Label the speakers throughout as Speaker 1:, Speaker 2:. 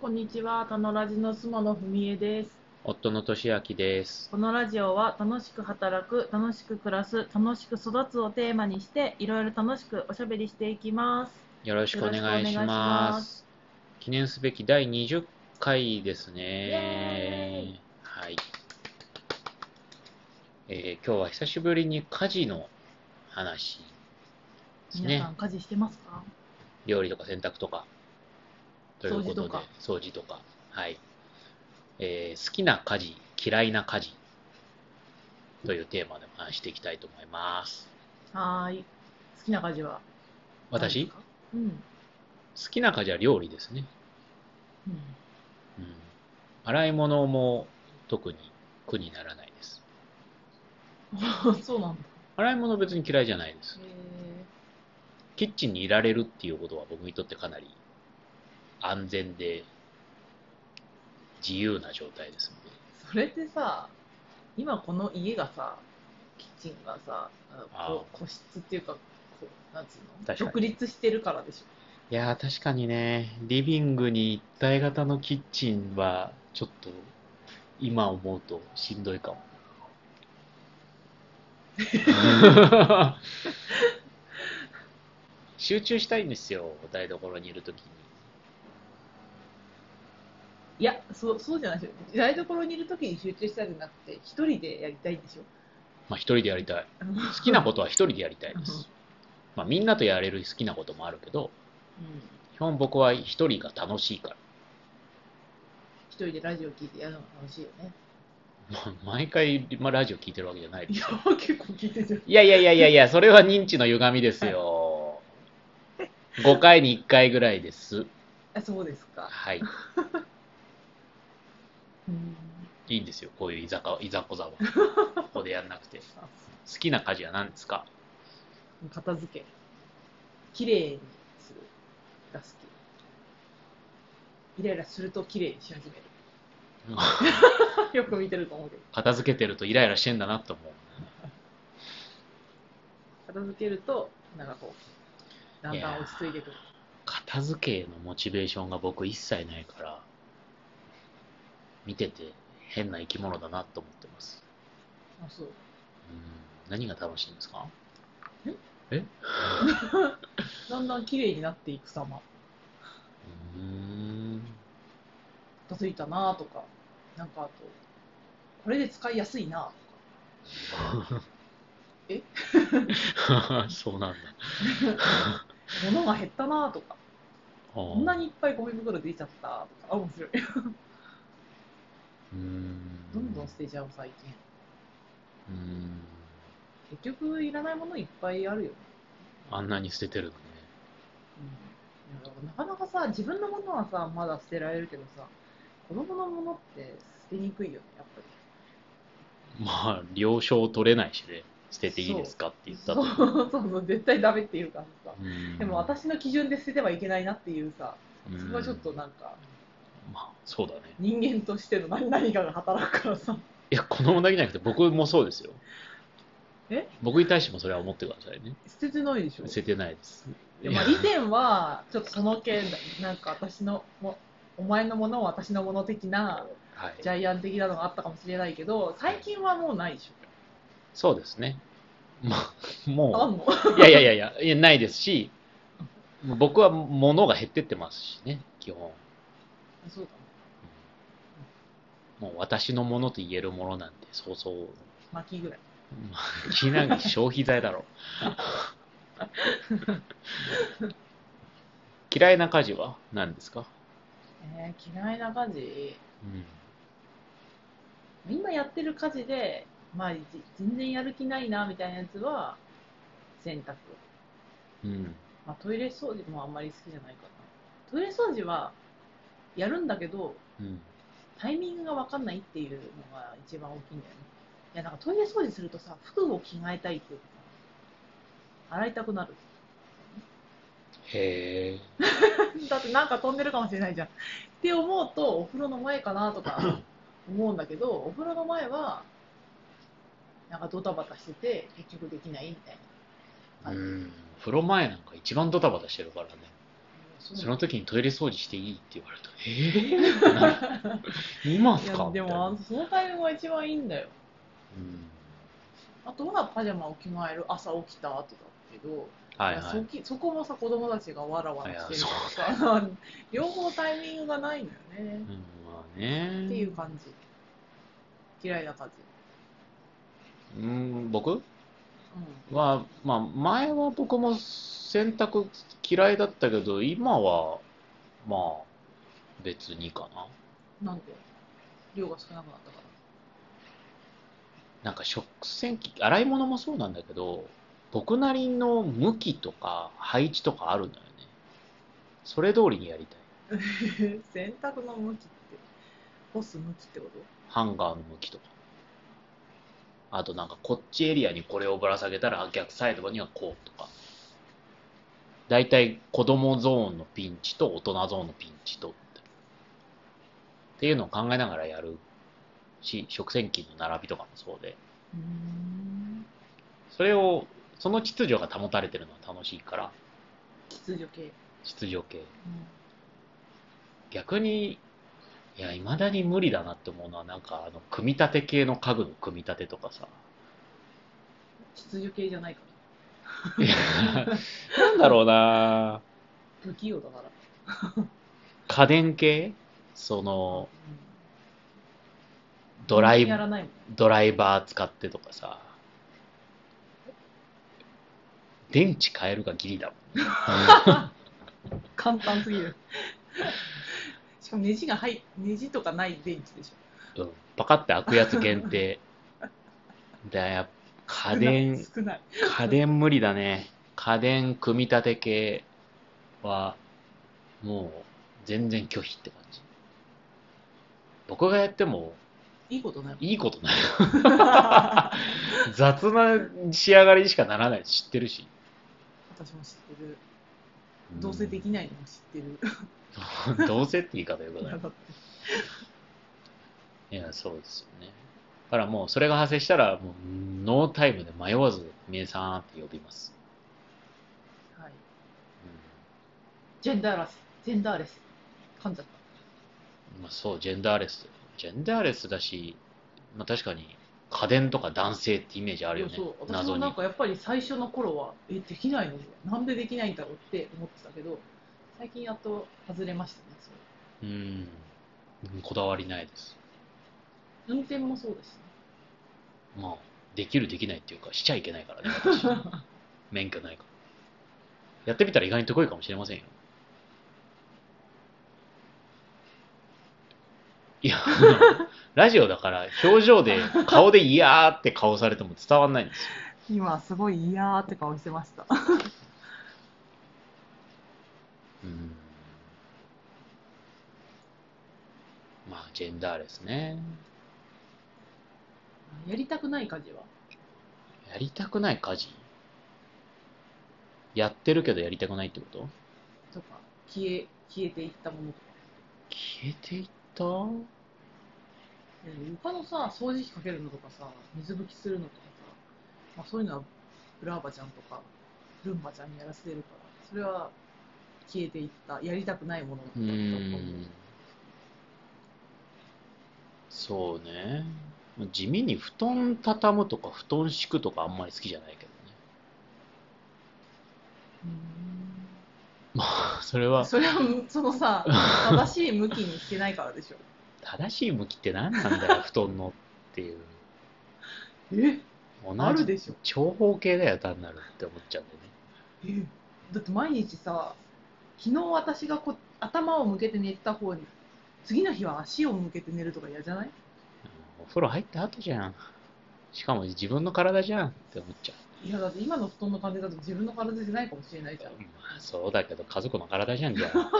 Speaker 1: こんにちは、たのラジの妻のふみえです。
Speaker 2: 夫の俊明です。
Speaker 1: このラジオは楽しく働く、楽しく暮らす、楽しく育つをテーマにして、いろいろ楽しくおしゃべりしていきます。
Speaker 2: よろしくお願いし
Speaker 1: よろしくお願いしま
Speaker 2: ます。記念すべき第20回です
Speaker 1: イエー
Speaker 2: ね。はい。えー今日は久しぶりに家事の話です
Speaker 1: 皆
Speaker 2: ね
Speaker 1: さ。ん、家事してますか
Speaker 2: 料理とか洗濯とか。というこ
Speaker 1: 掃除と
Speaker 2: とで、
Speaker 1: か
Speaker 2: 掃除とか。はい。えー好きな家事、嫌いな家事というテーマでお話していきたいと思います。
Speaker 1: はーい。好きな家事は何です
Speaker 2: 私、
Speaker 1: かうん。
Speaker 2: 好きな家事は料理ですね。
Speaker 1: うん。
Speaker 2: うん洗い物も特に苦にならないです。
Speaker 1: そうなんだ。
Speaker 2: 洗い物別に嫌いじゃないです
Speaker 1: へ。
Speaker 2: キッチンにいられるっていうことは僕にとってかなり安全で自由な状態ですので。
Speaker 1: ーそれってさ、今この家がさ、キッチンがさ、あのこ個室っていうか、こうなんつうの
Speaker 2: 確かに
Speaker 1: 独立してるからでしょ。
Speaker 2: いやー確かにね、リビングに一体型のキッチンはちょっと今思うとしんどいかも。集中したいんですよ、台所にいるときに。
Speaker 1: いや、そうそうじゃないでしょ。台所にいるときに集中したくなくて、一人でやりたいんでしょ。
Speaker 2: まあ一人でやりたい。好きなことは一人でやりたいで
Speaker 1: うん
Speaker 2: す。まあみんなとやれる好きなこともあるけど、
Speaker 1: うん、
Speaker 2: 基本僕は一人が楽しいから。
Speaker 1: 一人でラジオ聞いてやるのが楽しいよね。
Speaker 2: まあ毎回、まあ、ラジオ聞いてるわけじゃないです
Speaker 1: いや、結構聞いてるじゃん。
Speaker 2: いやいやいやいやいや、それは認知の歪みですよ。5回に1回ぐらいです。
Speaker 1: あ、そうですか。
Speaker 2: はい。
Speaker 1: うん。
Speaker 2: いいんですよ、こういういざかいざこざは。ここでやんなくて。好
Speaker 1: あ
Speaker 2: きな家事は何ですか
Speaker 1: 片付け。綺麗にする。が好き。イライラすると 綺麗にし始める。よく見てると思うけど。
Speaker 2: 片付けてるとイライラしてんだなと思う。
Speaker 1: 片付けると、なんかこう、だんだん落ち着いてくる。
Speaker 2: 片付けへのモチベーションが僕一切ないから、見てて変な生き物だなと思ってます。
Speaker 1: あ、そう。
Speaker 2: うん何が楽しいんですか
Speaker 1: だんだん綺麗になっていく様。
Speaker 2: うーん。
Speaker 1: 片付いたなとか、なんかあと、これで使いやすいなとか。え
Speaker 2: そうなんだ。
Speaker 1: 物が減ったなとか、こんな
Speaker 2: に
Speaker 1: にいっぱいゴミ袋出ちゃったとか、あ、面白い。
Speaker 2: うーん
Speaker 1: どんどん捨てちゃう最近。
Speaker 2: うーん
Speaker 1: 結局、いらないものいっぱいあるよね。
Speaker 2: あんなに捨ててるのね
Speaker 1: うん、だからなかなかさ、自分のものはさ、まだ捨てられるけどさ、子供のものって捨てにくいよね、やっぱ
Speaker 2: まあ了承取れないしね捨てていいですかって
Speaker 1: り。
Speaker 2: 言った
Speaker 1: そ
Speaker 2: と
Speaker 1: うそうそう、絶対ダメっていうからさ。
Speaker 2: うーん
Speaker 1: でも私の基準で捨ててはいけないなっていうさ、そこはちょっと
Speaker 2: うーん
Speaker 1: なんか、
Speaker 2: まあそうだね
Speaker 1: 人間としての何何かが働くからさ。
Speaker 2: いや子供だけじゃなくて僕もそうですよ
Speaker 1: え
Speaker 2: 僕に対してもそれは思ってくださいね
Speaker 1: 捨ててないでしょ
Speaker 2: 捨ててないです
Speaker 1: いやまあ以前はちょっとその件なんか私のもお前のものは私のもの的な
Speaker 2: はい
Speaker 1: ジャイアン的なのがあったかもしれないけど最近はもうないでし
Speaker 2: そうですねまあ
Speaker 1: ょあ
Speaker 2: も
Speaker 1: んの
Speaker 2: ういやいやいやいやいやないですし僕は物が減ってってますしね基本
Speaker 1: そうか
Speaker 2: もう私のものと言えるものなんてそうそう
Speaker 1: 巻きぐらい
Speaker 2: まあ、気なぎ消費財だろ。 嫌いな家事は何ですか、
Speaker 1: えー、嫌いな家事
Speaker 2: うん、
Speaker 1: 今やってる家事でまあいち全然やる気ないなみたいなやつは洗濯、
Speaker 2: うん。
Speaker 1: まあ、トイレ掃除もあんまり好きじゃないかなトイレ掃除はやるんだけど
Speaker 2: うん。
Speaker 1: タイミングが分かんないっていうのが一番大きいんだよね。いや、なんかトイレ掃除するとさ、服を着替えたいっていうかさ、洗いたくなる。
Speaker 2: へえ。
Speaker 1: だってなんか飛んでるかもしれないじゃん。って思うと、お風呂の前かなと か思うんだけど、お風呂の前は、なんかドタバタしてて、結局できないみたいな
Speaker 2: う
Speaker 1: 感じ。
Speaker 2: ん。風呂前なんか一番ドタバタしてるからね。その時にトイレ掃除していいって言われたら、えぇ、ってなる今っ
Speaker 1: い
Speaker 2: すか
Speaker 1: や
Speaker 2: みた
Speaker 1: で
Speaker 2: いな
Speaker 1: もあのそのタイミングが一番いいんだよ
Speaker 2: うん
Speaker 1: あとはパジャマを着替える朝起きた後だけど、
Speaker 2: はい
Speaker 1: まあ
Speaker 2: は
Speaker 1: そ
Speaker 2: い。
Speaker 1: きそこもさ子供たちがわらわらしてるからさ、 両方タイミングがないんだよね
Speaker 2: うん、まあね。
Speaker 1: っていう感じ嫌いな感じ
Speaker 2: うん、僕
Speaker 1: う
Speaker 2: は、まあ、前は僕も洗濯嫌いだったけど、今は、まあ、別にか
Speaker 1: んな
Speaker 2: な。
Speaker 1: んで量が少なくなったか
Speaker 2: なんか食洗機、洗い物もそうなんだけど、僕なりの向きとか配置とかあるんだよね。それ通りにやりたい。
Speaker 1: ら 洗濯の向きって干す向きってこと
Speaker 2: ハンガーの向きとか。あとなんかこっちエリアにこれをぶら下げたら逆サイドにはこうとか。だいたい子供ゾーンのピンチと大人ゾーンのピンチとって。っていうのを考えながらやるし、食洗機の並びとかもそうで。
Speaker 1: うーん
Speaker 2: それを、その秩序が保たれてるのは楽しいから、
Speaker 1: 秩序系、
Speaker 2: 秩序系。逆に、いや、未だに無理だなって思うのは、なんか、あの、組み立て系の家具の組み立てとかさ。
Speaker 1: 秩序系じゃないから
Speaker 2: いやなんだろうな
Speaker 1: 不器用だから
Speaker 2: 家電系その、ドライ
Speaker 1: や、らないもん
Speaker 2: ドライバー使ってとかさ。電池変えるがギリだも
Speaker 1: 簡単すぎる しかもネジが入ネジとかない電池でし
Speaker 2: ん。うん。パカって開くやつ限定。だやっぱ
Speaker 1: ょ
Speaker 2: 家電、
Speaker 1: 少ない
Speaker 2: 家電無理だね。家電組み立て系は、もう、全然拒否って感じ。僕がやっても、
Speaker 1: いいことない
Speaker 2: いいことない。 雑な仕上がりにしかならない。知ってるし。
Speaker 1: 私も知ってるどうせ できないのも知ってる
Speaker 2: うん。どうせって言い方よくない
Speaker 1: だ。って
Speaker 2: いや、そうですよね。だからもう、それが発生したら、もう、ノータイムで迷わず、名さんって呼びます。
Speaker 1: はい
Speaker 2: うん
Speaker 1: ジェンダーレスジェンダーレス噛んじゃっ
Speaker 2: まあ、そう、ジェンダーレス。ジェンダーレスだし、まあ、確かに家電とか男性ってイメージあ
Speaker 1: た
Speaker 2: るよね
Speaker 1: いやそう。私
Speaker 2: 謎
Speaker 1: も
Speaker 2: に
Speaker 1: なん。かやっぱり最初の頃はえできないのなんでできないんだろうって思ってたけど最近やっと外れましたねそれ
Speaker 2: うん。こだわりないです。
Speaker 1: 運転もそうですね
Speaker 2: まあ、できる、できないっていうか、しちゃいけないからね、私。免許ないから。やってみたら意外に得意かもしれませんよ。いや、ラジオだから、表情で、顔でいやーって顔されても伝わんないんですよ。
Speaker 1: 今すごい嫌ーって顔してました
Speaker 2: うんまあ、ジェンダーレスね。
Speaker 1: やりたくない感じは
Speaker 2: やりたくない家事やってるけどやりたくないってこと
Speaker 1: とか消え消えていったものとか
Speaker 2: 消えていった
Speaker 1: ね床のさ掃除機かけるのとかさ水拭きするのとかさ、まあ、そういうのはブラーバちゃんとかルンバちゃんにやらせてるからそれは消えていったやりたくないものだっ
Speaker 2: う
Speaker 1: たと思う
Speaker 2: ーん。そうね。地味に布団畳むとか布団敷くとかあんまり好きじゃないけどね。まあ、それ
Speaker 1: うん
Speaker 2: は
Speaker 1: それはそのさ正しい向きにしてないからでし ょ
Speaker 2: 正しい向きって何なんだよ、布団のっていう。
Speaker 1: えあ
Speaker 2: 同
Speaker 1: る
Speaker 2: じ
Speaker 1: でしょ
Speaker 2: 長方形だよ、単なるって思っちゃうんだよね。
Speaker 1: えだって毎日さ昨日私がこ頭を向けて寝てた方に次の日は足を向けて寝るとか嫌じゃない
Speaker 2: お風呂入った後じゃん。しかも自分の体じゃんって思っちゃ
Speaker 1: いやだって今の布団の感じだと自分の体じゃないかもしれないじゃん
Speaker 2: う。まあそうだけど家族の体じゃんじゃん。
Speaker 1: やだ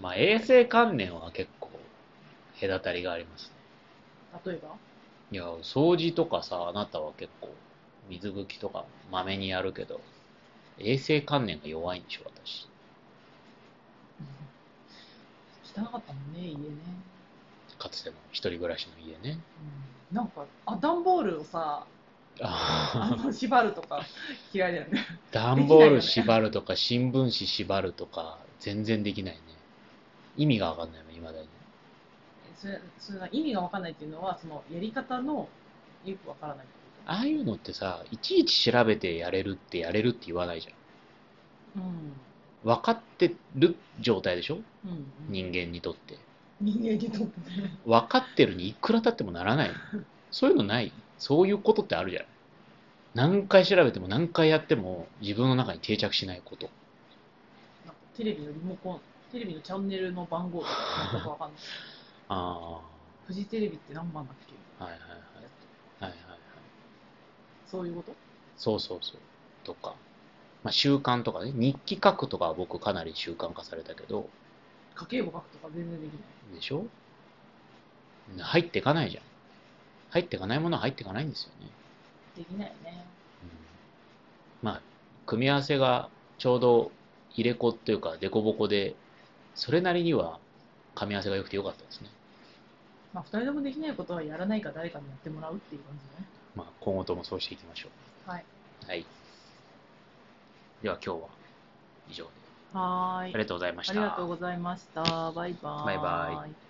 Speaker 2: まあ衛生観念は結構隔たりがありますね。
Speaker 1: 例えば
Speaker 2: いや、掃除とかさ、あなたは結構水拭きとかまめにやるけど、衛生観念が弱いんでしょ、私。
Speaker 1: 汚かったもんね家ね、
Speaker 2: かつての一人暮らしの家ね。
Speaker 1: うん、なんかあ段ボールをさあ
Speaker 2: あ
Speaker 1: の縛るとか嫌いだよね。
Speaker 2: ー段ボール縛るとか、新聞紙縛るとか、全然できないね。意味がわかんないもん、未だに。
Speaker 1: それそれは意味が分かんないっていうのは、そのやり方のよく分からないってこ
Speaker 2: ああいうのってさ、いちいち調べてやれるってやれるって言わないじゃん。
Speaker 1: と。うん。
Speaker 2: 分かってる状態でしょ
Speaker 1: うん、
Speaker 2: 人間にとって。
Speaker 1: 人間にとってね。
Speaker 2: 分かってるにいくら経ってもならない。そういうのない。そういうことってあるじゃん。何回調べても何回やっても自分の中に定着しないこと。
Speaker 1: なんかテレビのリモコン、テレビのチャンネルの番号とか、なんかわか んない。
Speaker 2: あ
Speaker 1: フジテレビって何番だっけ
Speaker 2: あ、はいはいはい。はいはいはい。
Speaker 1: そういうこと
Speaker 2: そうそうそう。とか。まあ習慣とかね。日記書くとかは僕かなり習慣化されたけど、
Speaker 1: 家計簿書くとか全然できない。
Speaker 2: でしょ入っていかないじゃん。入っていかないものは入っていかないんですよね。
Speaker 1: できないね。
Speaker 2: うんまあ、組み合わせがちょうど入れ子というか、凸凹で、それなりには噛み合わせが良くて良かったですね。
Speaker 1: まあ、二人ともできないことはやらないか誰かにやってもらうっていう感じね。
Speaker 2: まあ、今後ともそうしていきましょ
Speaker 1: はい。
Speaker 2: う。はい。では今日は以上で。
Speaker 1: はー
Speaker 2: あ
Speaker 1: い。
Speaker 2: りがとうございまし
Speaker 1: あ
Speaker 2: た。
Speaker 1: りがとうございました。バイバーイ。
Speaker 2: バイバ
Speaker 1: イ。